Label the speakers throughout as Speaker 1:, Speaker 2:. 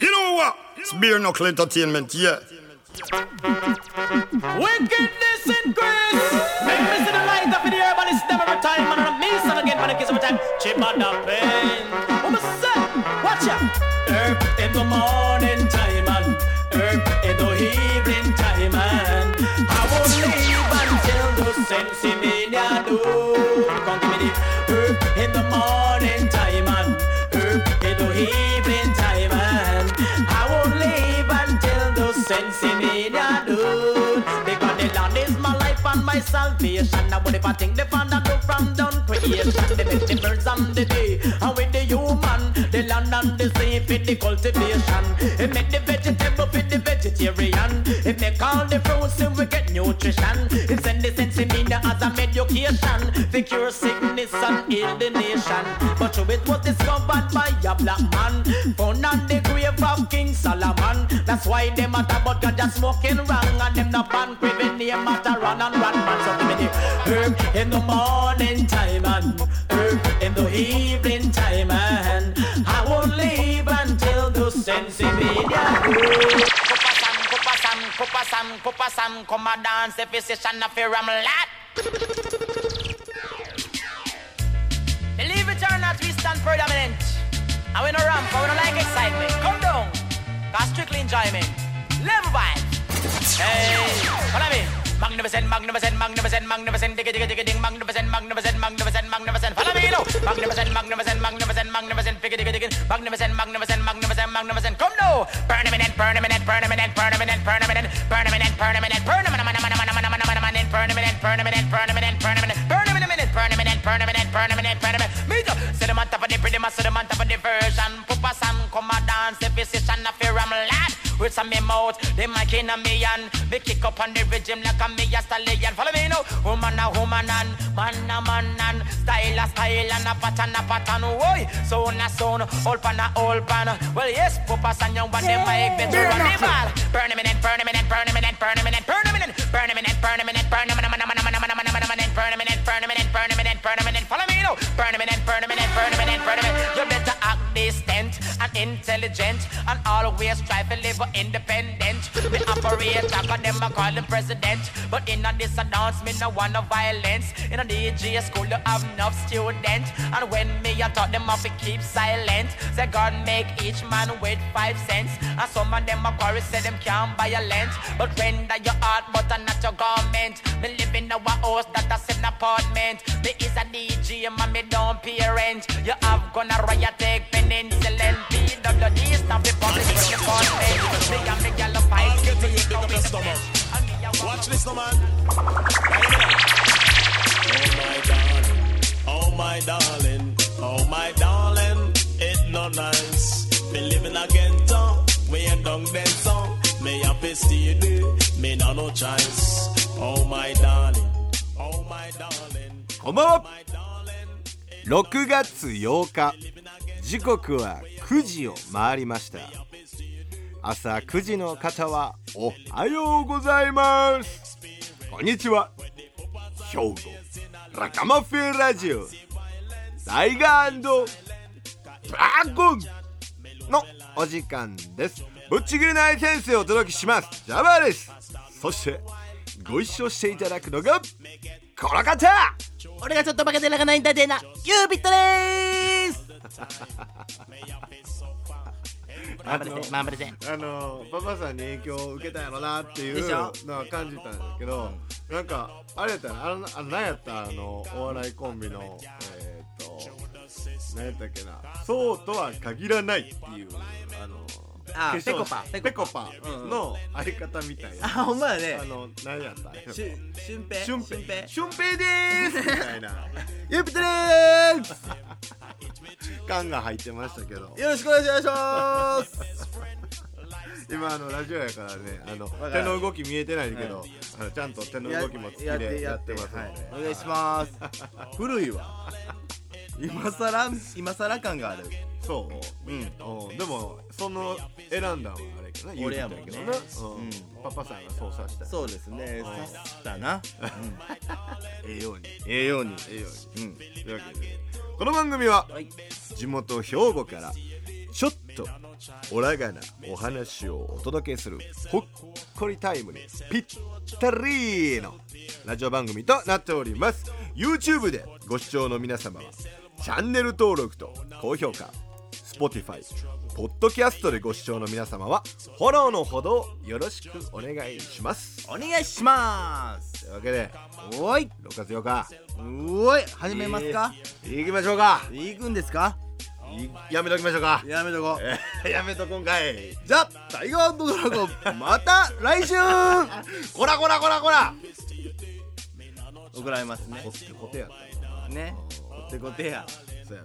Speaker 1: Noah. It's Beer Knuckle Entertainment, yeah.
Speaker 2: Wickedness and grace. Make me see the light up in the air, but it's never a time. Man, I'm me, son again, but I kiss my time. Chip on the pain. Woman said, watch out. Herb in the morning time and herb in the evening time and I won't leave until the sense in me now do. Come give me the herb in the morning time and herb in the evening time and I won't leave until the sense in me now do. Because the Lord is my life and my salvation. Now what if I think they found out from down creation? They make the birds on the day, and with the human, the land and the sea for the cultivation. It make the vegetable for the vegetarian. It make all the fruits and we get nutrition. It send the sense in me now as a medication to cure sickness and heal the nation. But true it was discovered by a black man, found on the grave of King Solomon. That's why them at about God just smoking wrong and them not ban craving name matter run and run man. So give me the herb in the morning time and herb in the evening time and I won't leave until the sense in me. Yeah.
Speaker 3: Kupasam, kupasam, kupasam, kupasam, come a dance if you see Shanna Ferram lot. Believe it or not, we stand predominant. And we no ramp, and we no like excitement. Come down. Cause strictly enjoyment. Live vibes. Hey, follow me. Magnificent, magnificent, magnificent, magnificent, digga, digga, digga, ding, magnificent, magnificent, magnificent, magnificent, follow me, you know. Magnificent, magnificent, magnificent, magnificent, digga, digga, digga, magnificent, magnificent, magnificent, magnificent, come now. Permanent, permanent, permanent, permanent, permanent, permanent, permanent, permanent, permanent, permanent, permanent, permanent, permanent, permanent, permanent, permanent, permanent, permanent. Me too. Sit them on top of the pretty, sit them on top of the version. Pupa Sam, come a dance, if it's a shan, I fear I'm lad. With some me mouth, they mic in a me and me kick up on the rhythm like a me a stallion. Follow me now, woman a woman and man a man and style a style and a pattern a pattern. Why? Sound a sound, all pan a all pan. Well yes, Pupa Sam, you want the mic, better run the ball. Permanent, permanent, permanent, permanent, permanent, permanent, permanent, permanent, permanent, permanent, permanent, permanent. Follow me now. Permanent, permanent, permanent, permanent. You better act distant and intelligent and always strive to live independent. The operator, cause them I call him president. But in a this dance, me no want no violence. In a DJ school, you have enough student. And when me, I taught them off to keep silent. Say God make each man with five cents. And some of them a quarry say them can't buy a lens. But render your art, but not your garment. Me live in a house that I set an apartment. Me is a DJ, and me don't pay rent. You have gonna riot, take penicillin. PWD, stop the public with the content. Me and me gal a fight,
Speaker 4: I'll get to
Speaker 3: me
Speaker 4: you,
Speaker 3: a
Speaker 4: big up
Speaker 3: go
Speaker 4: your
Speaker 3: with
Speaker 4: stomach.
Speaker 3: it. And me a walk
Speaker 4: Watch this, no man. Oh my darling, oh my darling, oh my darling, it no nice. Me living again, ghetto, we ain't done them song. Me happy steady, me no no choice. Oh my darling, oh my darling,
Speaker 5: こんばんは
Speaker 4: my darling, it
Speaker 5: 6月8日時刻は9時を回りました朝9時の方はおはようございますこんにちは兵庫ラカマフェラジオタイガードラゴンのお時間ですぶっちぎりない先生をお届けしますジャバーですそしてご一緒していただくのがこの方
Speaker 6: 俺がちょっとバカでなかないんだでなユービットでーす
Speaker 5: あ
Speaker 6: 頑張れぜ頑張れぜ
Speaker 7: あのパパさんに影響を受けたんやろなっていう
Speaker 6: でし
Speaker 7: の
Speaker 6: ょ
Speaker 7: は感じたんだけどなんかあれやったらあのあの何やったあのお笑いコンビのえー、っと何やったっけなそうとは限らないっていうあの
Speaker 6: あ
Speaker 7: 化粧
Speaker 6: ペコパ
Speaker 7: ペコパの相方みたい
Speaker 6: あ
Speaker 7: な、
Speaker 6: ほんまや
Speaker 7: あ
Speaker 6: ね
Speaker 7: の何やったんや
Speaker 6: しゅしゅんぺ
Speaker 7: しゅんぺ
Speaker 6: しゅんぺ
Speaker 7: しゅんぺいでーすみたいな
Speaker 5: ユーピタレーズ
Speaker 7: 感が入ってましたけど
Speaker 6: よろしくお願いします
Speaker 7: 今あのラジオやからねあの手の動き見えてないけど、あのちゃんと手の動きも好き
Speaker 6: やって
Speaker 7: でや
Speaker 6: や
Speaker 7: っ
Speaker 6: ってて
Speaker 7: ますんで、
Speaker 6: はいお願いします古いわ今さら今さら感がある
Speaker 7: そう、うん、でもその選んだんはあれやけどな
Speaker 6: 俺やもん
Speaker 7: 言
Speaker 6: ね
Speaker 7: うてたけどな、うんパパさんがそうさした
Speaker 6: そうですねさしたな
Speaker 5: ええように
Speaker 6: ええように
Speaker 7: ええように
Speaker 6: うん
Speaker 7: というわけでこの番組は
Speaker 6: はい
Speaker 5: 地元兵庫から
Speaker 7: ちょっとおらがなお話をお届けするほっこりタイムにぴったりのラジオ番組となっております YouTube でご視聴の皆様はチャンネル登録と高評価 Spotify ポッドキャストでご視聴の皆様はフォローのほどよろしくお願いします
Speaker 5: お願いします
Speaker 7: というわけで
Speaker 5: おい
Speaker 7: 6月8日
Speaker 5: おい始めますか、
Speaker 7: 行きましょうか
Speaker 5: 行くんですか
Speaker 7: いやめときましょうか
Speaker 5: やめとこう
Speaker 7: えーやめとこんかい
Speaker 5: じゃあタイガードラゴンまた来 週
Speaker 7: こらこらこらこら
Speaker 5: 送られますね
Speaker 7: こってこてやっ
Speaker 5: ねおてこてや
Speaker 7: たそう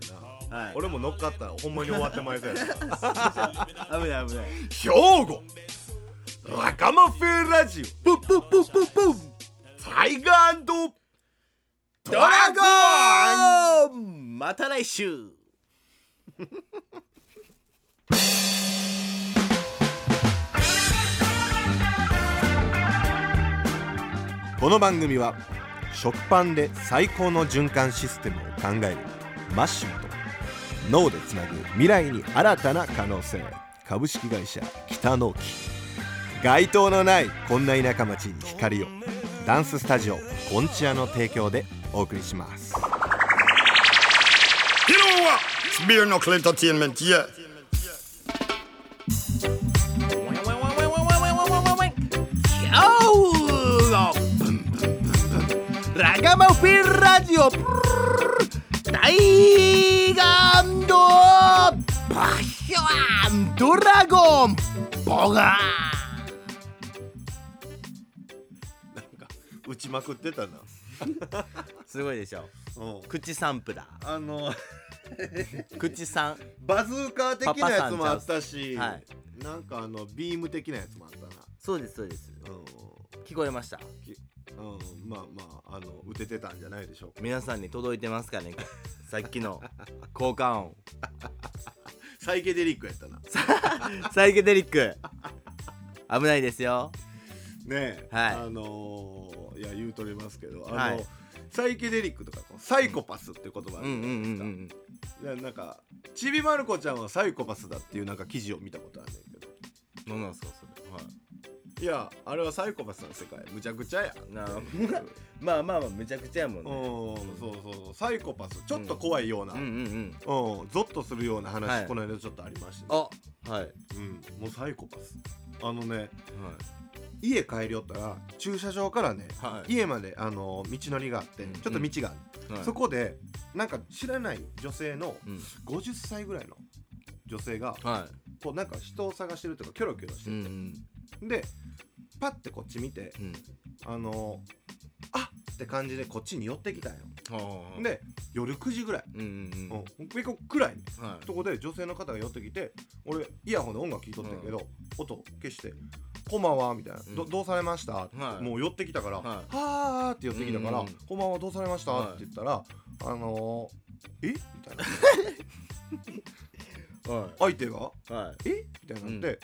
Speaker 7: やな、
Speaker 5: はい
Speaker 7: 俺も乗っかったらほんまに終わってまいそうやな
Speaker 5: 危ない危ない
Speaker 7: 兵庫ラカマフェラジオプップップップップタイガードラゴン
Speaker 5: あまた来 週
Speaker 7: この番組は食パンで最高の循環システムを考えるマッシュと脳でつなぐ未来に新たな可能性株式会社北農機街灯のないこんな田舎町に光をダンススタジオコンチアの提供でお送りします。
Speaker 8: You know what? It's Beer Knuckle Entertainment, yeah.
Speaker 5: Oh! Ragamuffin Radio タイガーバヒョアンドラゴンボガ
Speaker 7: 打ちまくってたな。
Speaker 5: すごいでしょ
Speaker 7: うん、
Speaker 5: 口散布だ
Speaker 7: あの
Speaker 5: 口散
Speaker 7: バズーカー的なやつもあったし、
Speaker 5: パパさんち
Speaker 7: なんかあのビーム的なやつもあったな。
Speaker 5: そうですそうです
Speaker 7: うん
Speaker 5: 聞こえました
Speaker 7: うん、まあまああの打ててたんじゃないでしょうか
Speaker 5: 皆さんに届いてますかねさっきの効果音
Speaker 7: サイケデリックやったなね
Speaker 5: サイケデリック危ないですよ
Speaker 7: え、
Speaker 5: はい
Speaker 7: あのーいや言うとりますけどあの、
Speaker 5: はい
Speaker 7: サイケデリックとかこうサイコパスっていう言葉あ
Speaker 5: うんう
Speaker 7: る
Speaker 5: ん
Speaker 7: じゃないです
Speaker 5: うん
Speaker 7: か、
Speaker 5: うん
Speaker 7: いやなんかちびまる子ちゃんはサイコパスだっていうなんか記事を見たことあるんだけど
Speaker 5: 何なんですかそれはい
Speaker 7: やあれはサイコパスの世界むちゃくちゃや
Speaker 5: なるほど まあまあまあめちゃくちゃやもん
Speaker 7: う
Speaker 5: ね
Speaker 7: んそうそうそうサイコパスちょっと怖いような、う
Speaker 5: うんうんん
Speaker 7: ゾッとするような話、
Speaker 5: はい
Speaker 7: この間ちょっとありました、ね
Speaker 5: あはい
Speaker 7: うん、もうサイコパスあのね家帰りよったら駐車場からね、
Speaker 5: はい
Speaker 7: 家まであの道のりがあって、
Speaker 5: うん
Speaker 7: ちょっと道がある、
Speaker 5: はい
Speaker 7: そこでなんか知らない女性の
Speaker 5: うん
Speaker 7: 50歳ぐらいの女性が、
Speaker 5: は
Speaker 7: こうなんか人を探してるとかキョロキョロして
Speaker 5: い
Speaker 7: て、でパッてこっち見て
Speaker 5: うん
Speaker 7: あのあって感じでこっちに寄ってきたんよ、
Speaker 5: は
Speaker 7: で夜9時ぐらい、
Speaker 5: うんうんうん
Speaker 7: うん、結構暗い、
Speaker 4: Oh,
Speaker 5: はい
Speaker 7: とこで女性の方が寄ってきて俺イヤホンで音楽聴いとってんけど、音消して「こんばんは」みたいな「ど
Speaker 5: うん
Speaker 7: どうされました?」って
Speaker 5: はい
Speaker 7: もう寄ってきたから「
Speaker 5: は
Speaker 7: はあ」って寄ってきたから
Speaker 5: うんうん
Speaker 7: 「こんばんはどうされました?」
Speaker 5: はい
Speaker 7: って言ったら「あのー、えみたいな
Speaker 5: は
Speaker 7: 相手が
Speaker 5: いはい
Speaker 7: 「えみたいになって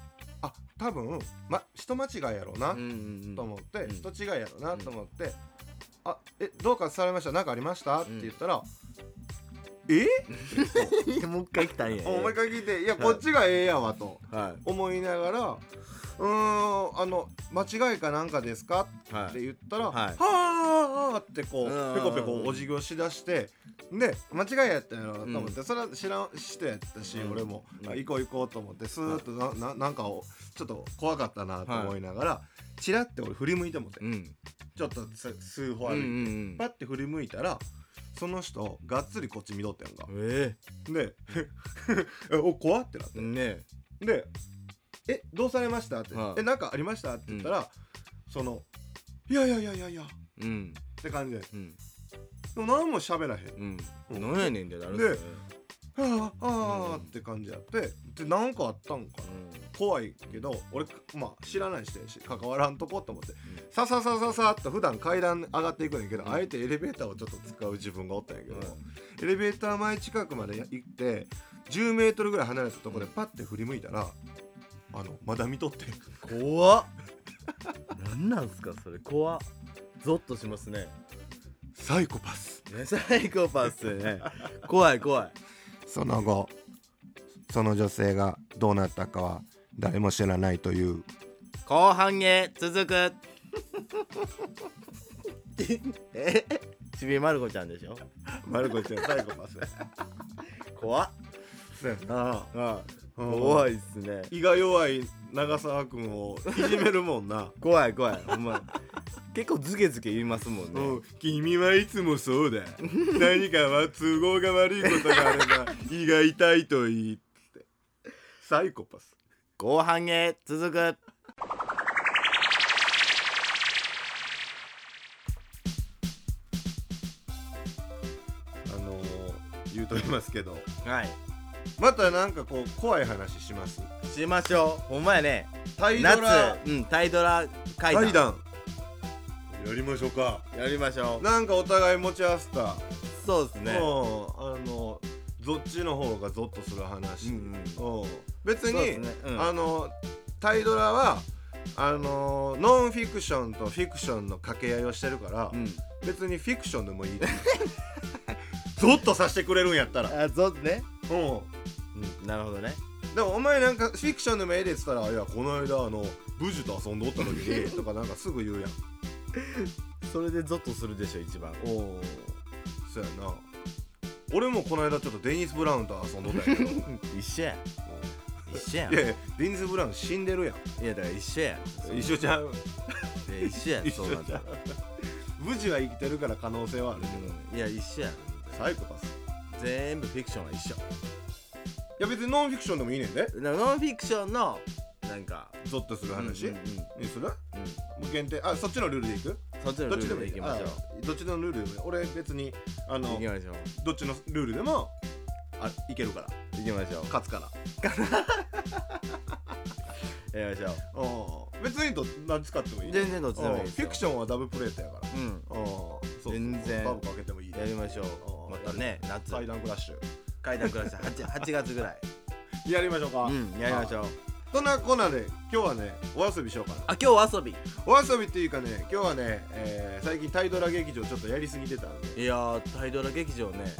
Speaker 7: 「あ多分、ま、人間違いやろうな」
Speaker 5: うんうん
Speaker 4: Mm-hmm.
Speaker 7: と思って、
Speaker 5: うん
Speaker 7: 人違いやろうなと思って「あえどうかされました何かありました?」って言ったら「え
Speaker 5: うんもう一回来たんや
Speaker 7: お前から聞いて「いやこっちがええやわ」と。
Speaker 5: は
Speaker 7: 思いながら「うーんあの間違いかなんかですか?」
Speaker 5: いは
Speaker 7: って言ったら「
Speaker 5: はい
Speaker 7: はあ」ってこう
Speaker 5: うん
Speaker 7: ペコペコお辞儀をしだしてで間違いやったんやろなと思って、それは知らん人やったし、
Speaker 5: うん
Speaker 7: 俺も、
Speaker 5: うん
Speaker 7: あ行こう行こうと思ってスーッとな,、ななんかをちょっと怖かったなと思いながら、チラッて俺振り向いてもって、
Speaker 5: うん
Speaker 7: ちょっとす数歩
Speaker 5: うんう
Speaker 7: 歩いて、
Speaker 5: ん
Speaker 7: パッて振り向いたらその人がっつりこっち見とったやんか
Speaker 5: う、んえ
Speaker 7: で 「えお怖っ」ってなって
Speaker 5: え。ね
Speaker 7: で「えどうされました?」って「
Speaker 5: はい
Speaker 7: えなんかありました?」って言ったら、その「いやいやいやいやいや」っ
Speaker 5: えうん
Speaker 7: て感じで
Speaker 5: うん
Speaker 7: でも何も喋らへん
Speaker 5: うん
Speaker 7: うん
Speaker 5: なんやねんってなる
Speaker 7: で
Speaker 5: それ
Speaker 7: 「はあああ」
Speaker 5: うん
Speaker 7: って感じやってでなんかあったんかな怖いけど俺まあ知らない人やし関わらんとこって思って、さささささっと普段階段上がっていくねんやけど、あえてエレベーターをちょっと使う自分がおったんやけど、エレベーター前近くまで行って10メートルぐらい離れたところでパッて振り向いたら、あのまだ見とって
Speaker 5: うん怖っなんなんすかそれ怖っゾッとしますね
Speaker 7: サイコパス
Speaker 5: ねサイコパスね怖い怖い
Speaker 7: その後
Speaker 5: その女性がどうなったかは誰も知らないという
Speaker 9: 後半へ続 くえちびまる子ちゃんでしょ
Speaker 7: マルコちゃん最後パス
Speaker 9: 怖っ
Speaker 7: そうやな
Speaker 9: ああ
Speaker 7: うん
Speaker 9: 怖いっすね
Speaker 7: 胃が弱い長澤君をいじめるもんな
Speaker 9: 怖い怖いほんま結構ズケズケ言いますもん
Speaker 7: う
Speaker 9: ね
Speaker 7: ん君はいつもそうだ何かは都合が悪いことがあれば胃が痛いと言いってサイコパス
Speaker 9: 後半へ続く
Speaker 7: あのー、言うとりますけど
Speaker 9: はい
Speaker 7: またなんかこう怖い話します
Speaker 9: しましょうほんまやね
Speaker 7: タイド
Speaker 9: 夏
Speaker 7: ラ
Speaker 9: うんタイドラ階
Speaker 7: 階
Speaker 9: 段
Speaker 7: 段やりましょうか
Speaker 9: やりましょ
Speaker 7: なんかお互い持ち合わせた、
Speaker 9: うそうですね
Speaker 7: もうあのどっちの方がゾッとする話、
Speaker 9: う
Speaker 7: うんん
Speaker 9: そ
Speaker 7: 別
Speaker 9: うで
Speaker 7: に、
Speaker 9: すねうん
Speaker 7: あのタイドラはあのノンフィクションとフィクションの掛け合いをしてるから、
Speaker 9: うん
Speaker 7: 別にフィクションでもいい ゾッとさせてくれるんやったら
Speaker 9: あそうですね
Speaker 7: うん
Speaker 9: うんなるほどね
Speaker 7: でもお前なんかフィクションでもええでっつったら「いやこの間あのブジと遊んでおった時 に」とかなんかすぐ言うやん
Speaker 9: それでゾッとするでしょ一番
Speaker 7: おおそうやな俺もこの間ちょっとデニス・ブラウンと遊んどったんやけどい
Speaker 9: 一緒や一緒やい
Speaker 7: やいやデニス・ブラウン死んでるやん
Speaker 9: やだから一緒や
Speaker 7: 一緒じゃん
Speaker 9: で一緒や
Speaker 7: 一
Speaker 9: そ
Speaker 7: 緒
Speaker 9: う
Speaker 7: じ
Speaker 9: な
Speaker 7: ゃん
Speaker 9: んだよ
Speaker 7: 無事は生きてるから可能性はあるけど、
Speaker 9: うんいや一緒や
Speaker 7: サイコパスい
Speaker 9: 全部フィクションは一緒
Speaker 7: や別にノンフィクションでもいいねんで
Speaker 9: なノンフィクションのなんか
Speaker 7: ゾッとする話、
Speaker 9: うんうんうん
Speaker 7: にする
Speaker 9: うん
Speaker 7: 無限定あそっちのルールでいく
Speaker 9: そっちの
Speaker 7: ど
Speaker 9: ル
Speaker 7: っちで
Speaker 9: ール
Speaker 7: も
Speaker 9: で
Speaker 7: い
Speaker 9: い
Speaker 7: い
Speaker 9: きましょ
Speaker 7: あどっちのルールでもいい俺別にあ
Speaker 9: う
Speaker 7: の
Speaker 9: いきましょう
Speaker 7: どっちのルールでもあいけるから
Speaker 9: いきましょう
Speaker 7: 勝つから
Speaker 9: やりましょ
Speaker 7: うん別にど何使ってもいいね
Speaker 9: 全然どっちでもいいです
Speaker 7: フ
Speaker 9: よ
Speaker 7: ィクションはダブルプレートやから
Speaker 9: ううん
Speaker 7: うんそう
Speaker 9: 全然
Speaker 7: ダブルかけてもいいね
Speaker 9: やりましょう
Speaker 7: うん
Speaker 9: またね夏
Speaker 7: 階段クラッシュ
Speaker 9: 階段暮らし8 8月ぐらい
Speaker 7: やりましょうか、
Speaker 9: うんやりましょう
Speaker 7: そんなコーナーで今日はねお遊びしようかな
Speaker 9: あ今日遊び
Speaker 7: お遊びっていうかね今日はね、えー最近タイドラ劇場ちょっとやりすぎてたんで
Speaker 9: いやータイドラ劇場ね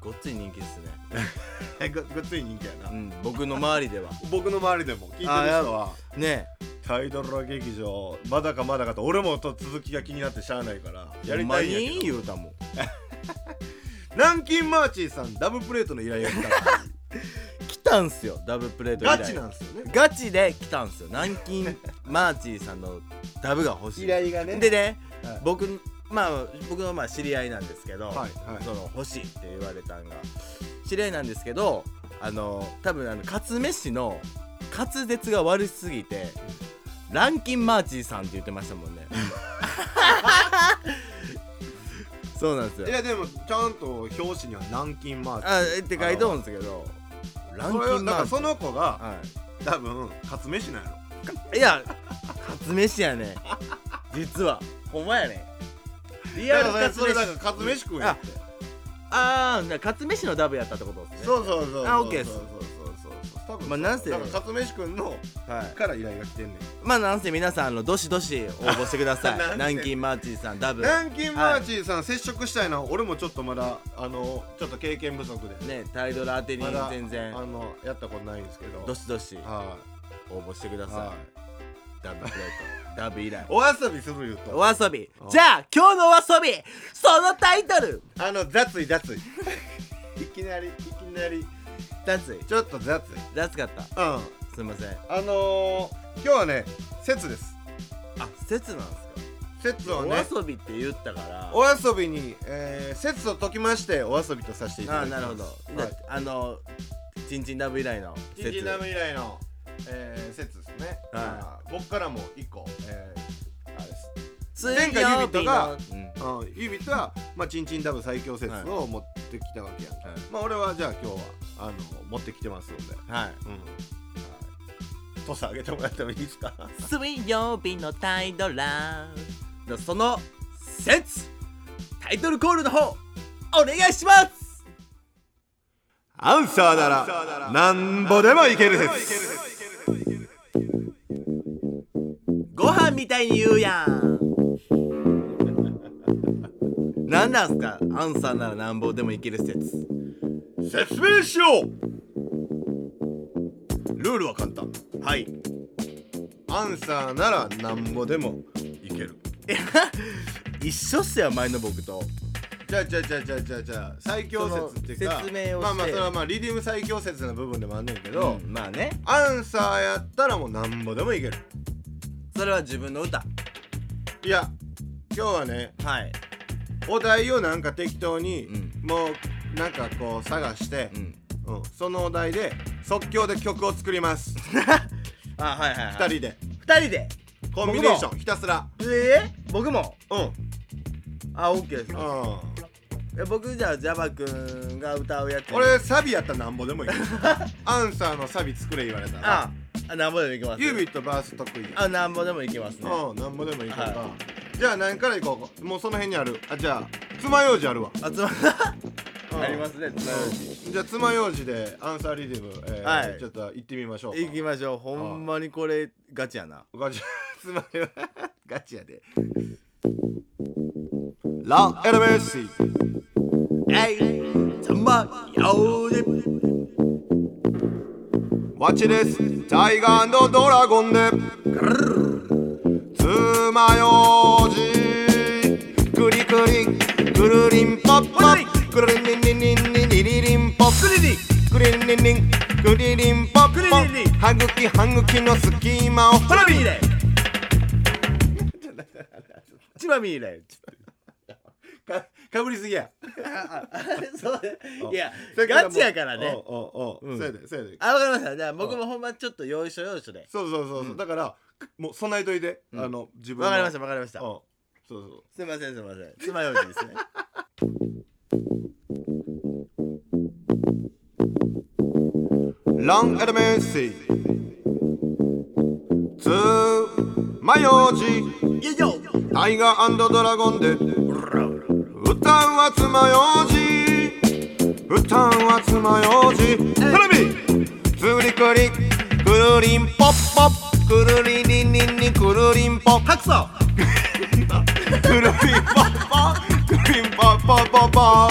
Speaker 9: ごっつい人気っすね
Speaker 7: えごごっつい人気やな、
Speaker 9: うん僕の周りで は
Speaker 7: 僕の周りでも聞いてる人
Speaker 9: あや
Speaker 7: は
Speaker 9: ね
Speaker 7: タイドラ劇場まだかまだかと俺もと続きが気になってしゃあないから
Speaker 9: え
Speaker 7: やりたいんや
Speaker 9: ほんまにいい
Speaker 7: けど
Speaker 9: 言うたもん
Speaker 7: 南京マーチーさんダブプレートの依頼が来たから
Speaker 9: 来たんすよダブルプレート以来
Speaker 7: ガチなんですよね
Speaker 9: ガチで来たんすよ南京マーチーさんのダブが欲しい
Speaker 7: が
Speaker 9: でね、
Speaker 7: はい
Speaker 9: 僕まあ僕のまあ知り合いなんですけど、
Speaker 7: はいはい
Speaker 9: その欲しいって言われたんが知り合いなんですけどあの多分あのかつ飯の滑舌が悪すぎてランキンマーチーさんって言ってましたも んねそうなんです
Speaker 7: い
Speaker 9: よ
Speaker 7: やでもちゃんと表紙には南京マーチ
Speaker 9: あえって書いておるんですけどランキ
Speaker 7: それは
Speaker 9: ンマ
Speaker 7: だか
Speaker 9: ー
Speaker 7: ら
Speaker 9: チー
Speaker 7: その子が
Speaker 9: は
Speaker 7: 多分活飯なんやろ
Speaker 9: い、いや初飯やね実はほんまやねリア
Speaker 7: だ
Speaker 9: ル
Speaker 7: から
Speaker 9: 初
Speaker 7: それだ
Speaker 9: 飯
Speaker 7: から活飯食うんやって
Speaker 9: ああ活飯のダブやったってことですね
Speaker 7: そうそうそうそう
Speaker 9: あオッケーです
Speaker 7: そうそうそうそう多分
Speaker 9: まあなんせ
Speaker 7: だから勝飯君の
Speaker 9: はい
Speaker 7: から依頼が来てんねん
Speaker 9: まあなんせ皆さんあのどしどし応募してくださ い
Speaker 7: なんせ
Speaker 9: 南京マーチーさんダブル
Speaker 7: 南京マーチーさん接触したいのは俺もちょっとまだあのちょっと経験不足で
Speaker 9: ねタイドル当てに
Speaker 7: まだ
Speaker 9: 全然
Speaker 7: あのやったことないんですけど
Speaker 9: どしどし
Speaker 7: は
Speaker 9: 応募してくだ
Speaker 7: い
Speaker 9: さ
Speaker 7: はい
Speaker 9: ダブルプレートダブ以来
Speaker 7: いお遊びする言う
Speaker 9: お
Speaker 7: と
Speaker 9: 遊びじゃあ今日のお遊びそのタイトル
Speaker 7: あの雑い雑いいきなりいきなり
Speaker 9: 雑い
Speaker 7: ちょっと雑い
Speaker 9: 雑かった
Speaker 7: うんあ
Speaker 9: すいません
Speaker 7: のー、今日はね節です
Speaker 9: あ節なんです
Speaker 7: 節
Speaker 9: か
Speaker 7: をね
Speaker 9: お遊びって言ったから
Speaker 7: お遊びに、えー、節を解きましてお遊びとさせていた
Speaker 9: あ
Speaker 7: だ
Speaker 9: あ
Speaker 7: きま
Speaker 9: な
Speaker 7: す
Speaker 9: るほど、
Speaker 7: はい
Speaker 9: だあのチンチンダブ以来の
Speaker 7: キンキンラム以来の、えー、説ですね、
Speaker 9: は
Speaker 7: 僕からも一個、えー、あれです
Speaker 9: 水
Speaker 7: 前回
Speaker 9: 曜
Speaker 7: ユビ
Speaker 9: 日
Speaker 7: ト
Speaker 9: の、
Speaker 7: が
Speaker 9: うん
Speaker 7: うん、ゆびとは、まあ、チンチンダブ最強説を持ってきたわけやんか、
Speaker 9: はい
Speaker 7: まあ俺はじゃあ今日はあの持ってきてますので、
Speaker 9: はい
Speaker 7: うんはい、トスあげてもらってもいいですか
Speaker 9: 水曜日のタイドラのその説タイトルコールの方お願いします
Speaker 7: アンサーならなんぼでもいける説
Speaker 9: ご飯みたいに言うやん何なんすかアンサーならなんぼでもいける説
Speaker 7: 説明しようルールは簡単はいアンサーならなんぼでもいける
Speaker 9: 一緒っすよ前の僕と
Speaker 7: じゃあじゃあじゃあじゃあじゃあじゃあ最強説っていうか
Speaker 9: その説明をして
Speaker 7: まあまあそれはまあリディウム最強説の部分でもあんねんけど、
Speaker 9: うんまあね
Speaker 7: アンサーやったらもうなんぼでもいける
Speaker 9: それは自分の歌
Speaker 7: いや今日はね
Speaker 9: はい
Speaker 7: お題をなんか適当に、
Speaker 9: うん
Speaker 7: もうなんかこう探して
Speaker 9: う、ん
Speaker 7: うんそのお題で即興で曲を作り ます
Speaker 9: あはいはい、はい、
Speaker 7: 二人で
Speaker 9: 二人で
Speaker 7: コンビネーションひたすら
Speaker 9: えー、僕も
Speaker 7: うんうん
Speaker 9: あオッケーですえ僕じゃあジャバくんが歌うやつ
Speaker 7: 俺サビやったらなんぼでも いいアンサーのサビ作れ言われたら
Speaker 9: ああなんぼでもいけます
Speaker 7: ユービットバース得意や
Speaker 9: あなんぼでもいけますね
Speaker 7: うんなんぼでもいいから、
Speaker 9: は
Speaker 7: じゃあ何からいこうもうその辺にあるあじゃあ爪楊枝あるわ
Speaker 9: あつ
Speaker 7: う
Speaker 9: ま
Speaker 7: ん
Speaker 9: ありますねつまようじ
Speaker 7: じゃあ爪楊枝でアンサーリディム、えー
Speaker 9: はい
Speaker 7: ちょっと行ってみましょうか
Speaker 9: 行きましょうほんまにこれガチやな
Speaker 7: ガチ爪楊枝ガチやで
Speaker 5: ラ
Speaker 7: エルメッシ
Speaker 9: えいつまようじ
Speaker 5: ワチですタイガードラゴンで
Speaker 7: 爪楊枝クリクリクルリンポッポックルリンリンリンリンリリリンポックリリクリンリンリンクリリンポッポ
Speaker 9: クリリンリン
Speaker 7: ッ歯茎歯茎の隙間を
Speaker 9: つまみ入れ つまみ入れ
Speaker 7: かかぶりすぎや
Speaker 9: そういやガチやからね
Speaker 7: おうおうおう、
Speaker 9: うん
Speaker 7: そうやでそうやで
Speaker 9: あわかりましたじゃあ僕もほんまちょっと要所要所で
Speaker 7: そうそうそうそう、だからもう備えといて、
Speaker 9: うん
Speaker 7: あの自分
Speaker 9: わかりました
Speaker 7: ま
Speaker 9: わかりました
Speaker 7: うんそうそう
Speaker 9: すいませんすいませんつまようじですね
Speaker 7: Long and Mercy つまようじ
Speaker 9: よいしょ
Speaker 7: タイガードラゴンで歌はつまようじ歌はつまようじ花火ズリクリくるりんぽっぽくるりりんりんりんくるりんぽ
Speaker 9: 白草
Speaker 7: くるりんぽっぽくるりんぽっぽっぽっぽ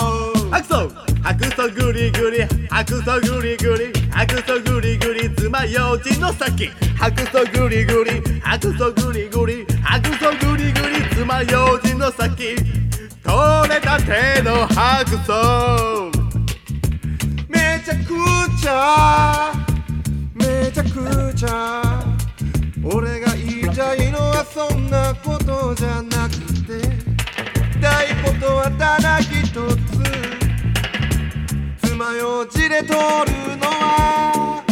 Speaker 9: 白草白草グリグリ白草グリグリ白草グリグリつまようじの先白草グリグリ白草グリグリ白草グリグリつまようじの先取れたての白草
Speaker 7: めちゃくちゃめちゃくちゃ俺が言いたいのはそんなことじゃなくて言いたいことはただ一つ爪楊枝で通るのは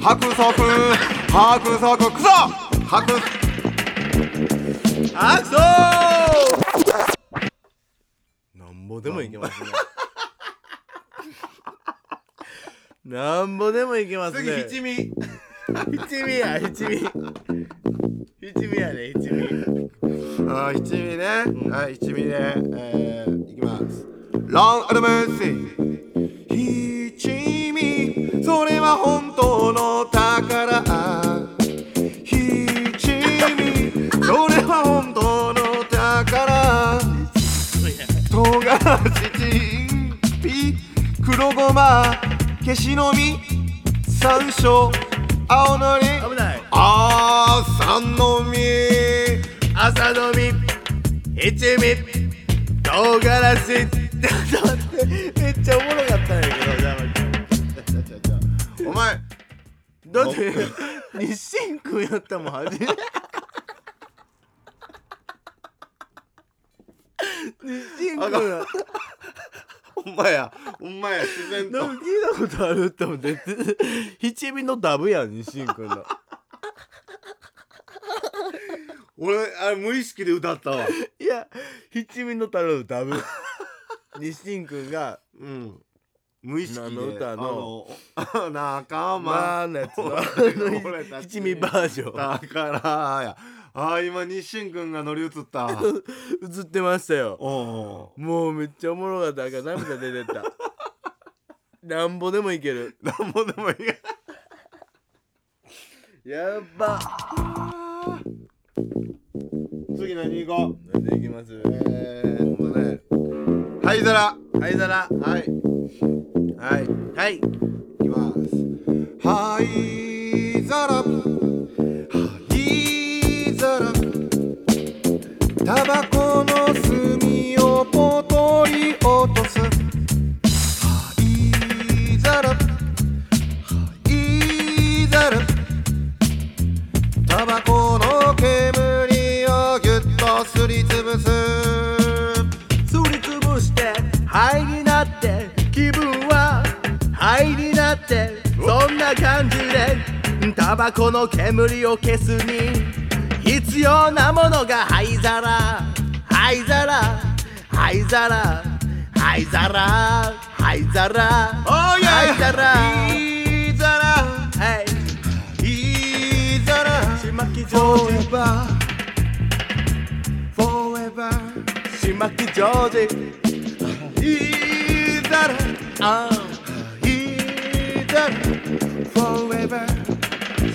Speaker 7: 白足白足クソ白
Speaker 9: 白草なんぼでもいけますねなんぼでもいけますね
Speaker 7: 次七味
Speaker 9: 七味や七味七味やね七味
Speaker 7: あー一味ね、はい一味で、えー、いきますランアルメッシ一味それは本当の宝一味それは本当の宝唐辛子チンピ黒ごま消しの実山椒青のり
Speaker 9: 危ない
Speaker 7: あーさんの実
Speaker 9: 朝飲み一味唐辛 子ってめっちゃおもろかったんやけどじゃ
Speaker 7: お前
Speaker 9: あだって 日清君やったもん初めて日清君や
Speaker 7: ほんまや、ほんまや、自然
Speaker 9: な
Speaker 7: と
Speaker 9: ん。か聞いたことあるって思って七味のダブやん西くんの
Speaker 7: 俺、あれ無意識で歌ったわ。
Speaker 9: いや七味の太郎の ダブ西くんが
Speaker 7: うん。無意識で。
Speaker 9: 何の歌の
Speaker 7: あの。仲
Speaker 9: 「ま
Speaker 7: 間
Speaker 9: あ」のや つの
Speaker 7: 俺たち
Speaker 9: 七味バージョン
Speaker 7: だからや。あー、今、日清君が乗り移った。
Speaker 9: 映ってましたよ
Speaker 7: おお。
Speaker 9: もうめっちゃおもろかったから涙出てったなんぼでもいける
Speaker 7: なんぼでもいい。
Speaker 9: やっば
Speaker 7: 次何行こう。
Speaker 9: なんでいきます
Speaker 7: えーっとね。灰皿。
Speaker 9: 灰皿
Speaker 7: はい。はい。
Speaker 9: はい
Speaker 7: いきます。灰ら灰皿タバコの炭をポトリ落とす灰皿灰皿タバコの煙をぎゅっとすりつぶす
Speaker 9: すりつぶして灰になって気分は灰になってそんな感じでタバコの煙を消すに必要なものが灰皿灰皿灰皿灰皿灰皿
Speaker 7: いや
Speaker 9: 灰皿
Speaker 7: いいざら
Speaker 9: はい
Speaker 7: いいざら
Speaker 9: 島木ジョージ
Speaker 7: Forever Forever
Speaker 9: 島木ジョージ
Speaker 7: いいざら
Speaker 9: あ
Speaker 7: いいざら Forever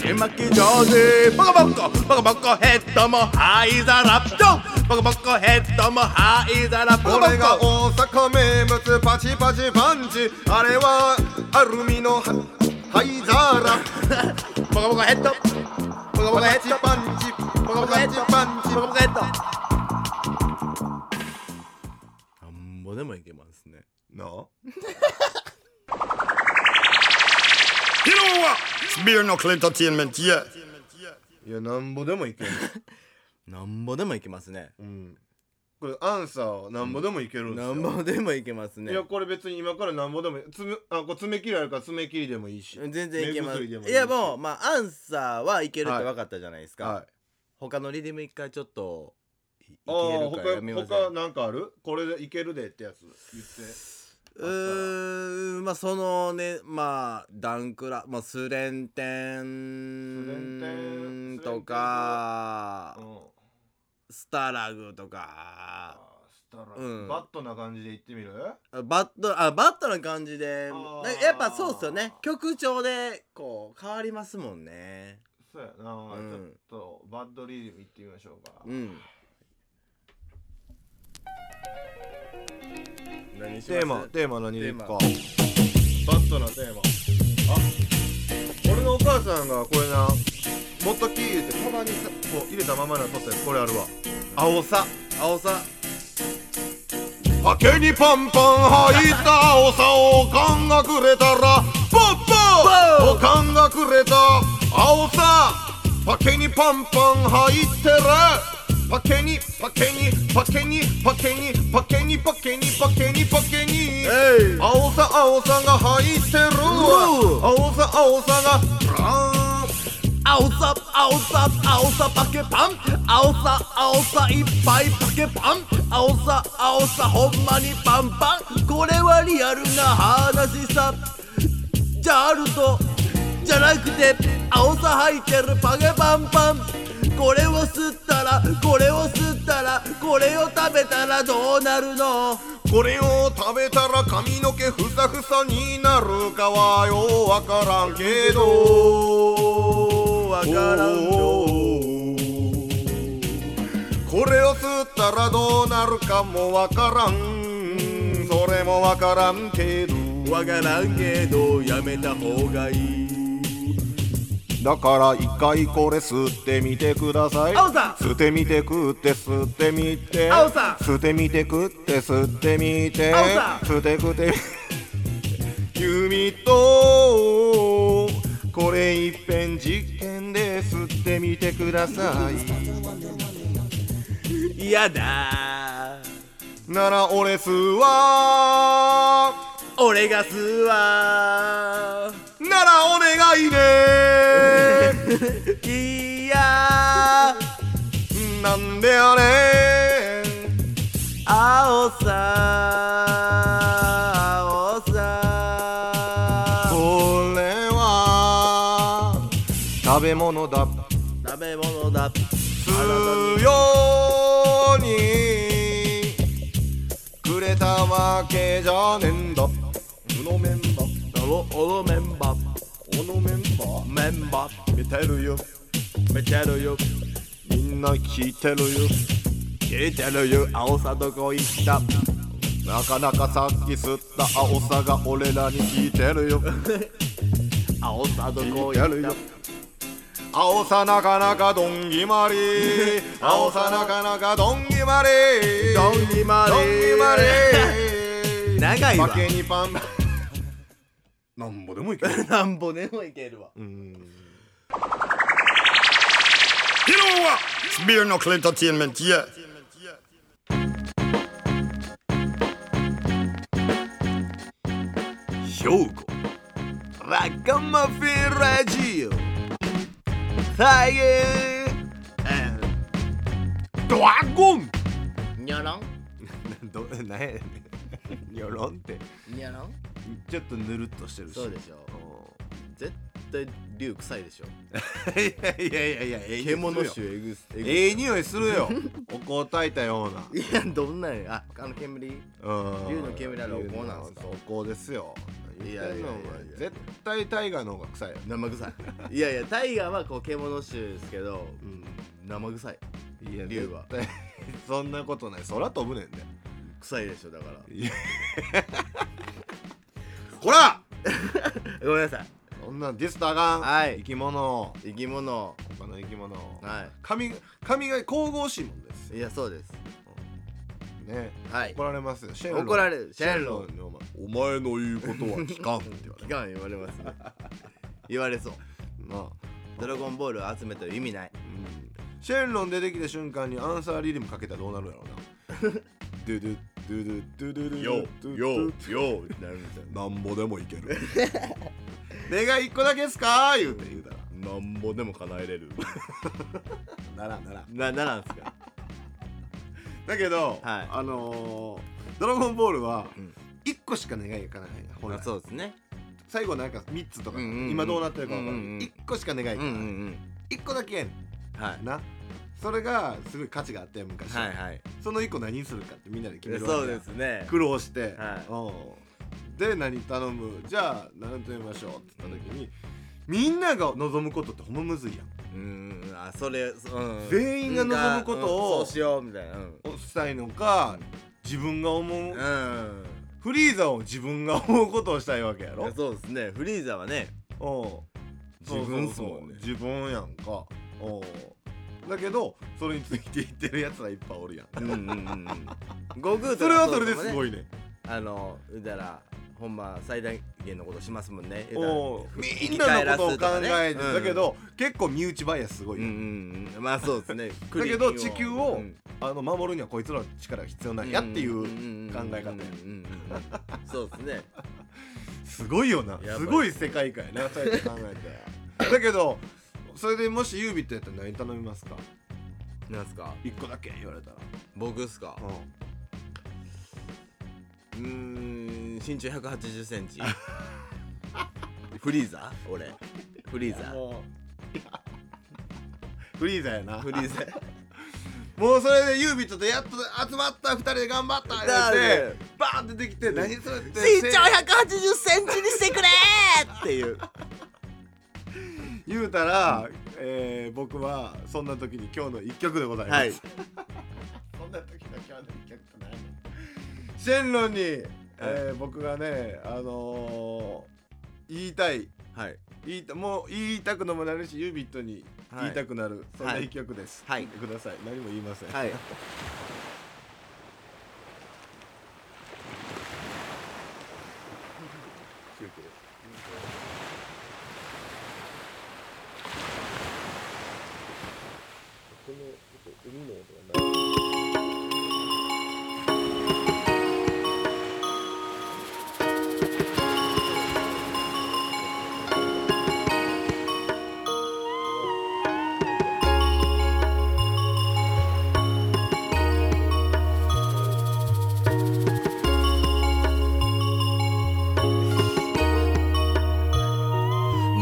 Speaker 9: 島木ジョージボコボコボコボコヘッドも灰皿ボコボコヘッドも灰皿ボコボ
Speaker 7: 俺が
Speaker 9: コ
Speaker 7: 大阪名物パチパチパンチあれはアルミのは灰皿
Speaker 9: ボコボコヘッドボコボコ
Speaker 7: パ
Speaker 9: ヘッ
Speaker 7: チ
Speaker 9: ド
Speaker 7: パンチパチパンチ
Speaker 9: ボコボコヘッドなんぼでもいけますね
Speaker 7: の
Speaker 5: You know what? It's bare knuckle entertainment, yeah.
Speaker 7: いやなんぼでもいける
Speaker 9: なんぼでもいけますね
Speaker 7: これアンサーはなんぼでもいけるんです
Speaker 9: な
Speaker 7: よ、
Speaker 9: んぼでもいけますね
Speaker 7: いやこれ別に今からなんぼでもいい爪あこれ爪切りあるから爪切りでもいいし
Speaker 9: 全然いけます
Speaker 7: 目薬
Speaker 9: い
Speaker 7: でもいいし
Speaker 9: やもうまあアンサーはいけるって
Speaker 7: はい
Speaker 9: 分かったじゃないですか、
Speaker 7: はい
Speaker 9: 他のリズム一回ちょっといいけ
Speaker 7: あ
Speaker 9: るか
Speaker 7: ー
Speaker 9: 読みま
Speaker 7: 他
Speaker 9: すう
Speaker 7: 他なんかあるこれでいけるでってやつ言って
Speaker 9: ーんまあそのねまあダンクラまあスレンテン
Speaker 7: スレンテン
Speaker 9: とか
Speaker 7: うん
Speaker 9: スタラグとか
Speaker 7: あしたら、
Speaker 9: うん
Speaker 7: バットな感じで言ってみる
Speaker 9: バットあバットな感じで
Speaker 7: あー
Speaker 9: なんかやっぱそうっすよね曲調でこう変わりますもんね
Speaker 7: そうやな、
Speaker 9: ん
Speaker 7: ちょっとバッドリズム言ってみましょうか、
Speaker 9: うん何します
Speaker 7: テーマテーマ何でいくかバ
Speaker 9: テ
Speaker 7: ットなテーマあ俺のお母さんがこれなもっとキー言ってカバンにさこう入れたままなとったやつこれあるわ青さ
Speaker 9: 青さ
Speaker 7: ハケにパンパン入った青さをかんがくれたらポッポおかんがくれた青さハケにパンパン入ってるパケにパケにパケにパケにパケにパケにパケにパケに
Speaker 9: えい
Speaker 7: 青さ青さが入ってるわ青さ青さがブラーン
Speaker 9: 青さ青さ青さパケパン青さ青さいっぱいパケパン青さ青さほんまにパンパンこれはリアルな話さじゃあるとじゃなくて青さ入ってるパケパンパンこれを吸ったらこれを吸ったらこれを食べたらどうなるの
Speaker 7: これを食べたら髪の毛ふさふさになるかはようわからんけどわからんこれを吸ったらどうなるかもわからんそれもわからんけど
Speaker 9: わからんけどやめた方がいい
Speaker 7: だから一回これ吸ってみてください
Speaker 9: 青さん
Speaker 7: 吸ってみて食って吸ってみて
Speaker 9: 青さん
Speaker 7: 吸ってみて食って吸ってみて
Speaker 9: 青さん
Speaker 7: 吸って食って君とこれいっぺん実験で吸ってみてください
Speaker 9: 嫌だ
Speaker 7: なら俺吸わ
Speaker 9: 俺が吸うわ
Speaker 7: ならお願いね
Speaker 9: いや
Speaker 7: なんであれ
Speaker 9: 青さ青さ
Speaker 7: これは食べ物だ
Speaker 9: 食べ物だ
Speaker 7: 強にくれたわけじゃねんだこのメンバー
Speaker 9: だろおのメンバ
Speaker 7: このメンバー
Speaker 9: ーメンバ
Speaker 7: 見てるよ
Speaker 9: ーめちゃるよ
Speaker 7: みんな聞いてるよ
Speaker 9: 聞いてるよ青さどこ行った
Speaker 7: なかなかさっき吸った青さが俺らに聞いてるよ
Speaker 9: 青さどこ
Speaker 7: や
Speaker 9: 行
Speaker 7: る
Speaker 9: っ
Speaker 7: よ
Speaker 9: た
Speaker 10: 青さなかなかどんぎまり青さなかなかどんぎまり
Speaker 9: ドンギマレ
Speaker 10: どんぎまり
Speaker 9: 長いわ
Speaker 10: 負けにパンパン
Speaker 5: なんぼでもいける。You
Speaker 9: なんぼでもいけるわ
Speaker 5: know what? It's bare knuckle entertainment, yeah.
Speaker 7: 兵庫ラカマフィンラジオサイエードラゴン
Speaker 11: にょろん
Speaker 7: ど なんやねん ニョロンって
Speaker 11: にょろん
Speaker 7: ちょっとぬるっとしてるし
Speaker 9: そうでしょ絶対竜臭いでしょ
Speaker 7: いやいやいやいやええ匂い
Speaker 9: 獣
Speaker 7: するよ
Speaker 9: 種えぐすえぐ
Speaker 7: ええ匂いする よお香炊いたようない
Speaker 9: やどんなんやああの煙
Speaker 7: うん
Speaker 9: 竜の煙はお香なんすか
Speaker 7: 竜のお香ですよ
Speaker 9: いやいやいやい
Speaker 7: 言って
Speaker 9: や
Speaker 7: んのお前絶対タイガーの方が臭いよ
Speaker 9: 生臭いいやいやタイガーはこう獣種ですけど、生臭い
Speaker 7: いや
Speaker 9: 竜は
Speaker 7: 絶対 そんなことない空飛ぶねんで
Speaker 9: 臭いでしょだから
Speaker 7: ほら
Speaker 9: ごめんなさい
Speaker 7: そんなんディスタガン、
Speaker 9: はい
Speaker 7: 生き物を
Speaker 9: 生き物
Speaker 7: 他の生き物を
Speaker 9: は
Speaker 7: 髪髪が神々しいもんです
Speaker 9: いいやそうです
Speaker 7: ね
Speaker 9: はい
Speaker 7: 怒られますよシェンロン
Speaker 9: 怒られるシ
Speaker 7: シェ
Speaker 9: ェ
Speaker 7: ン
Speaker 9: ン
Speaker 7: ロ
Speaker 9: ロ
Speaker 7: ンにお前お前の言うことは聞かんって言わ
Speaker 9: ンガン言われますね言われそう
Speaker 7: れなあ
Speaker 9: ドラゴンボールを集めてる意味ない
Speaker 7: シェンロン出てきた瞬間にアンサーリリムかけたらどうなるやろうなドゥドゥドゥドゥドゥドゥ
Speaker 9: よ
Speaker 7: ドゥドゥ
Speaker 9: よよってなるんですよ
Speaker 7: なんぼでもいける願い一個だけですか言うて言うたら
Speaker 9: なんぼでも叶えれる
Speaker 7: ならんならん
Speaker 9: なななんですか
Speaker 7: だけど、
Speaker 9: はい
Speaker 7: あのードラゴンボールは
Speaker 9: ん
Speaker 7: 一個しか願いがいかないやんほら
Speaker 9: そうですね
Speaker 7: 最後なんか三つとか、
Speaker 9: うんうんうん
Speaker 7: 今どうなってるかわから
Speaker 9: うんうんうん
Speaker 7: ん一個しか願いがい
Speaker 9: うん
Speaker 7: か
Speaker 9: う
Speaker 7: ない、
Speaker 9: ん
Speaker 7: 一個だけやね
Speaker 9: うんはい
Speaker 7: んなそれがすごい価値があったよ昔、
Speaker 9: はいはい
Speaker 7: その一個何にするかってみんなで決めるわけ
Speaker 9: そ
Speaker 7: や
Speaker 9: うんですね
Speaker 7: 苦労して、
Speaker 9: はい
Speaker 7: うんで何頼むじゃあ何と言いましょうって言った時にみんなが望むことってほんまむずいやん
Speaker 9: うんあそれ、うん、
Speaker 7: 全員が望むことを
Speaker 9: うんそうしようみたいなうん、
Speaker 7: したいのか自分が思う、
Speaker 9: うん
Speaker 7: フリーザを自分が思うことをしたいわけやろ、
Speaker 9: そうですねフリーザはね
Speaker 7: うん
Speaker 9: 自分っすもん
Speaker 7: そうそうそ
Speaker 9: ね
Speaker 7: う自分やんかうんだけどそれについていってるやつらいっぱいおるやん
Speaker 9: うんうんうん悟空とか
Speaker 7: それはそれです
Speaker 9: う
Speaker 7: ご
Speaker 9: ね
Speaker 7: いね
Speaker 9: あのだからほんま最大限のことしますもんね
Speaker 7: お
Speaker 9: 言うたら
Speaker 7: みんなのことを考
Speaker 9: 生き返らすとかね
Speaker 7: えてだけど結構身内バイアスすご
Speaker 9: う
Speaker 7: い
Speaker 9: んう
Speaker 7: よ
Speaker 9: んうんまあそうですね
Speaker 7: だけど地球を
Speaker 9: うん
Speaker 7: あの守るにはこいつらの力が必要なんやっていう考え方
Speaker 9: うんうん
Speaker 7: や
Speaker 9: うんうんそうで すね
Speaker 7: すごいよな
Speaker 9: やばい
Speaker 7: すごい世界観やなそうやって考えてだけどそれでもしユービットやったら何頼みますか
Speaker 9: なんすか
Speaker 7: 一個だけ言われたら
Speaker 9: 僕っすかうーん身長1 8 0ンチフリーザ俺フリーザ
Speaker 7: フリーザやな
Speaker 9: フリーザ
Speaker 7: もうそれでユービットとやっと集まった二人で頑張った
Speaker 9: だ
Speaker 7: 言
Speaker 9: ね
Speaker 7: ってバーンってできて何それって
Speaker 9: 身長1 8 0ンチにしてくれーっていう
Speaker 7: 言うたら、えー僕はそんな時に今日の一曲でございます、
Speaker 9: はい
Speaker 7: そんな時の今日の一曲って何やねんシェンロンに、えー僕がねあのー言いたい
Speaker 9: はい
Speaker 7: 言いたもう言いたくのもなるしユービットに言いたくなる、そんな一曲です、
Speaker 9: はい
Speaker 7: 聞いてください何も言いません、
Speaker 9: はい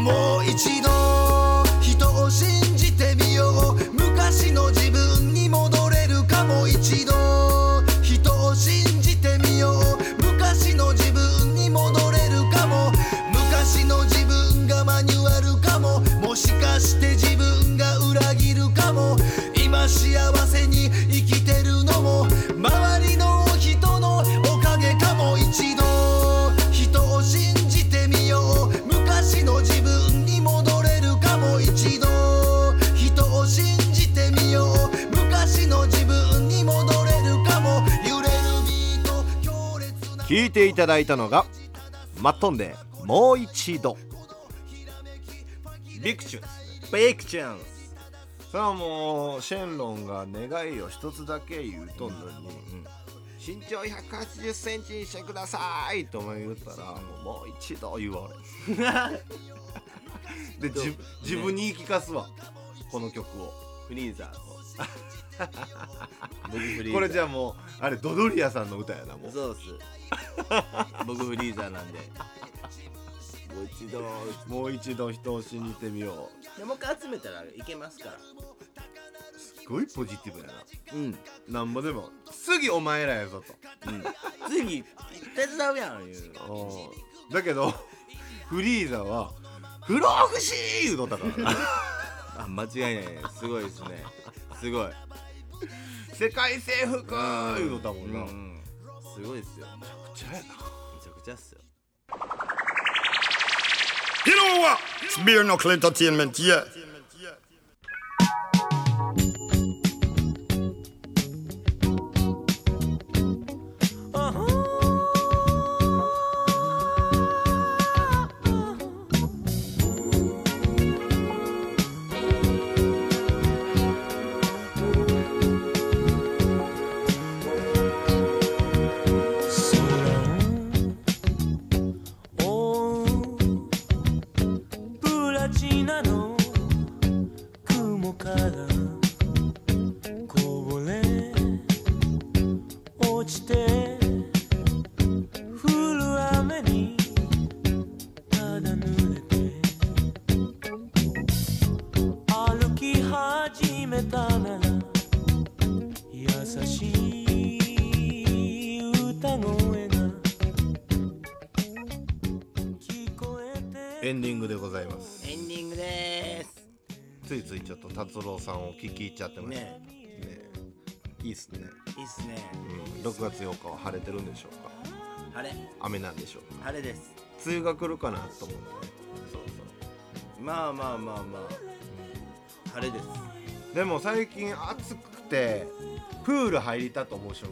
Speaker 12: もう一度人を信じてみよう昔の自分に戻れるかも一度人を信じてみよう昔の自分に戻れるかも昔の自分がマニュアルかももしかして自分が裏切るかも今幸せに生きてるのも周りの人のおかげかも一度人を信じてみよう昔の自分に戻れるかも一度
Speaker 5: 聞いていただいたのが「マットンでもう一度
Speaker 7: ビクチュン
Speaker 9: ビクチャン
Speaker 7: それはもうシェンロンが願いを一つだけ言うとんのに、身長1 8 0ンチにしてくださいと思い言ったらもう一度言わ れで自自分に言い聞かすわこの曲を
Speaker 9: フリーザー 僕フリーザー
Speaker 7: これじゃあもうあれドドリアさんの歌やなもう
Speaker 9: そうっす 僕フリーザーなんでもう一度
Speaker 7: もう一度人を信じてみよう
Speaker 9: でもう一回集めたらいけますから
Speaker 7: すごいポジティブやな
Speaker 9: うん
Speaker 7: なんぼでも次お前らやぞと
Speaker 9: 次手伝うやんいう
Speaker 7: うんだけどフリーザは不老不死言うとったから な
Speaker 9: あ間違いないねすごいですねすごい
Speaker 7: 世界征服言うとったもんな、
Speaker 9: うんすごいですよめちゃくちゃやなめちゃくちゃっすよ
Speaker 1: You know what? It's bare knuckle entertainment, yeah.
Speaker 2: 空をプラチナの雲からこぼれ落ちて降る雨にただ濡れて歩き始めたなら優しい歌声が聞こえて
Speaker 7: エンディングでございます
Speaker 9: エンディングでーす
Speaker 7: ついついちょっと達郎さんを聞き入っちゃってましたね
Speaker 9: ね
Speaker 7: いいっすね、
Speaker 9: いいっすね
Speaker 7: うん、6月8日は晴れてるんでしょうか
Speaker 9: 晴れ
Speaker 7: 雨なんでしょうか
Speaker 9: 晴れです
Speaker 7: 梅雨が来るかなと思ってねそう
Speaker 9: まあまあまあまあ晴れです
Speaker 7: そうでも最近暑くてプール入りたと思う瞬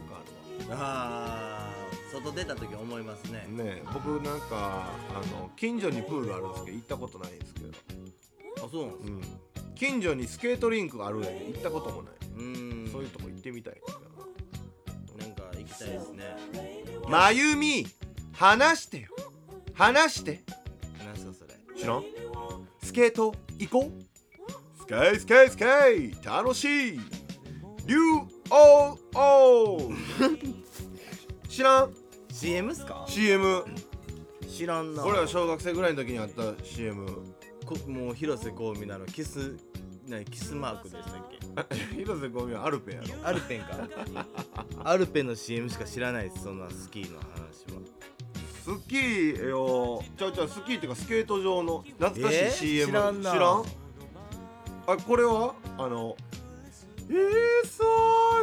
Speaker 7: 間あるわ
Speaker 9: あー外出た時思いますね
Speaker 7: ねえ僕なんかあの近所にプールあるんですけど行ったことないんですけど、
Speaker 9: あそうなんす
Speaker 7: うん、近所にスケートリンクがあるんやけど行ったこともない、
Speaker 9: うーん
Speaker 7: そういうとこ行ってみたいですか
Speaker 9: なんか行きたいですね
Speaker 7: らまゆみ話してよ話して
Speaker 9: 何すかそれ
Speaker 7: 知らんスケート行こうスケイスケイスケイ楽しい竜王王知らん
Speaker 9: CM っすか
Speaker 7: CM
Speaker 9: 知らんな
Speaker 7: 俺ら小学生ぐらいの時にあった CM
Speaker 9: こもう広瀬香美のあのキスなキスマークでしたっけ
Speaker 7: 広瀬香美はアルペンやろ
Speaker 9: アルペン かアルペンの CM しか知らないですそんなスキーの話は
Speaker 7: スキーをちゃうちゃうスキーっていうかスケート場の懐かしい
Speaker 9: えー
Speaker 7: CM
Speaker 9: 知らんな
Speaker 7: あこれはあの「急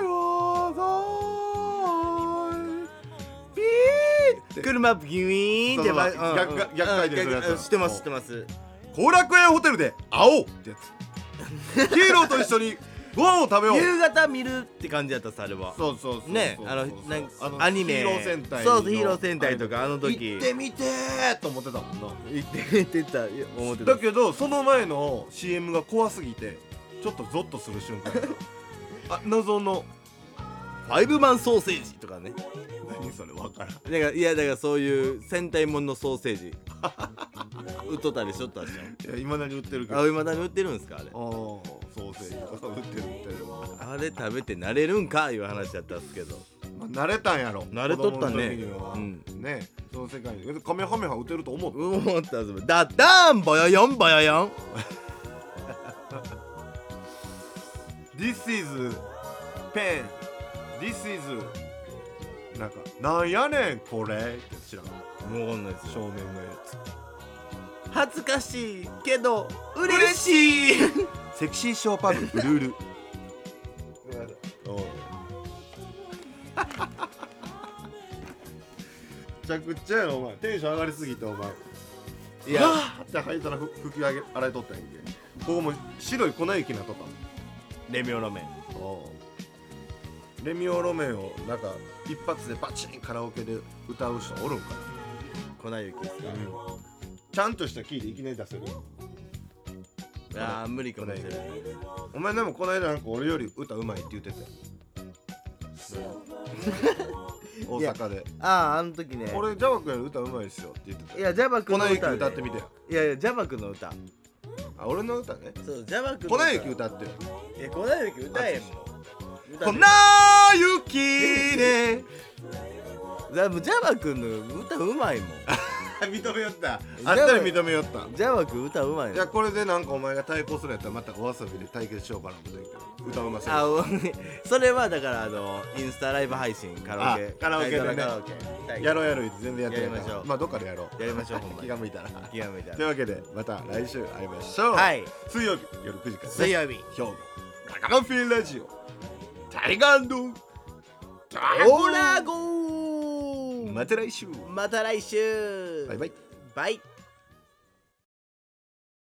Speaker 7: よぞいピーって
Speaker 9: 車ビューンってば
Speaker 7: そうそう逆が逆回転するやつ
Speaker 9: うん知ってます知ってます
Speaker 7: 後楽園ホテルで会おう!」ってやつヒーローと一緒にご飯を食べよ う
Speaker 9: 夕方見るって感じやったさあれは
Speaker 7: そうそうそうそう
Speaker 9: ねあのなんかアニメ
Speaker 7: ヒーロー戦隊の
Speaker 9: そうそうヒーロー戦隊とかあの時
Speaker 7: 行ってみてーと思ってたもんな
Speaker 9: 言って言ってた思ってた
Speaker 7: だけどその前の CM が怖すぎてちょっとゾッとする瞬 間あ謎の
Speaker 9: ファイブマンソーセージとかね
Speaker 7: 何それ分からん
Speaker 9: だからいやだからそういう戦隊もののソーセ ージ売っとったりしょったでし
Speaker 7: いやいまだに売ってるけ
Speaker 9: ょ
Speaker 7: ど
Speaker 9: あ
Speaker 7: あ
Speaker 9: いまだに売ってるんですかあれ
Speaker 7: あソーセージとか売ってる売ってる、ま
Speaker 9: あれ食べて慣れるんかいう話やったんですけど
Speaker 7: あ、慣れたんやろ
Speaker 9: 慣れとっ
Speaker 7: 子
Speaker 9: たね
Speaker 7: 供の時には
Speaker 9: う
Speaker 7: ねその世界にカメハメハ打てると思う
Speaker 9: 思ったんですだだんぼよよんぼよよん
Speaker 7: This is pen This is なんかなんやねんこれって知らん
Speaker 9: もうこんないです
Speaker 7: 少年のやつ
Speaker 9: 恥ずかしいけど嬉しい
Speaker 7: セクシーショーパンクルールめちゃくちゃやなお前テンション上がりすぎてお前
Speaker 9: い
Speaker 7: いや
Speaker 9: や
Speaker 7: ーって吐いたらふ拭き上げ洗いとったんやんけここも白い粉雪になっとった
Speaker 9: レミオロメン
Speaker 7: もんレミオロメンをなんか一発でバチンカラオケで歌う人おるんかな粉雪さん、ちゃんとしたキーでいきなり出せる
Speaker 13: あー無理かもしれない
Speaker 7: お前でもこの間なんか俺より歌うまいって言ってたよ大阪で
Speaker 9: あああの時ね
Speaker 7: 俺ジャバ君より歌うまいですよって言ってた
Speaker 9: いやジャバ君の
Speaker 7: 粉
Speaker 9: 歌
Speaker 7: 雪
Speaker 9: で
Speaker 7: 歌ってみてよ
Speaker 9: いやいやジャバ君の歌
Speaker 7: あ俺の歌ね
Speaker 9: そうジャバ君
Speaker 7: 粉
Speaker 9: の歌
Speaker 7: 雪歌ってよ
Speaker 9: いや粉雪歌えもう
Speaker 7: 粉雪 で
Speaker 9: ジャジャバ君の歌うまいもん
Speaker 7: 認めよったあったら認めよった
Speaker 9: ジャバ君歌うまい
Speaker 7: いやこれでなんかお前が対抗するんやったらまたお遊びで対決しようかなと思って歌うまそう
Speaker 9: あおそれはだからあのインスタライブ配信カラオケ
Speaker 7: あカラオケでね
Speaker 9: タイトルカラオケ
Speaker 7: やろうやろう言って全然やって
Speaker 9: やりましょう
Speaker 7: まあどっかでやろう
Speaker 9: やりましょうほんまに
Speaker 7: 気が向いたら
Speaker 9: 気が向いたら
Speaker 7: というわけでまた来週会いましょう
Speaker 9: はい
Speaker 7: 水曜日夜9時からね
Speaker 9: 水曜日
Speaker 7: 兵庫カカロフィンラジオタイガード
Speaker 9: オラゴー
Speaker 7: また来週
Speaker 9: また来週
Speaker 7: バイバイ
Speaker 9: バイ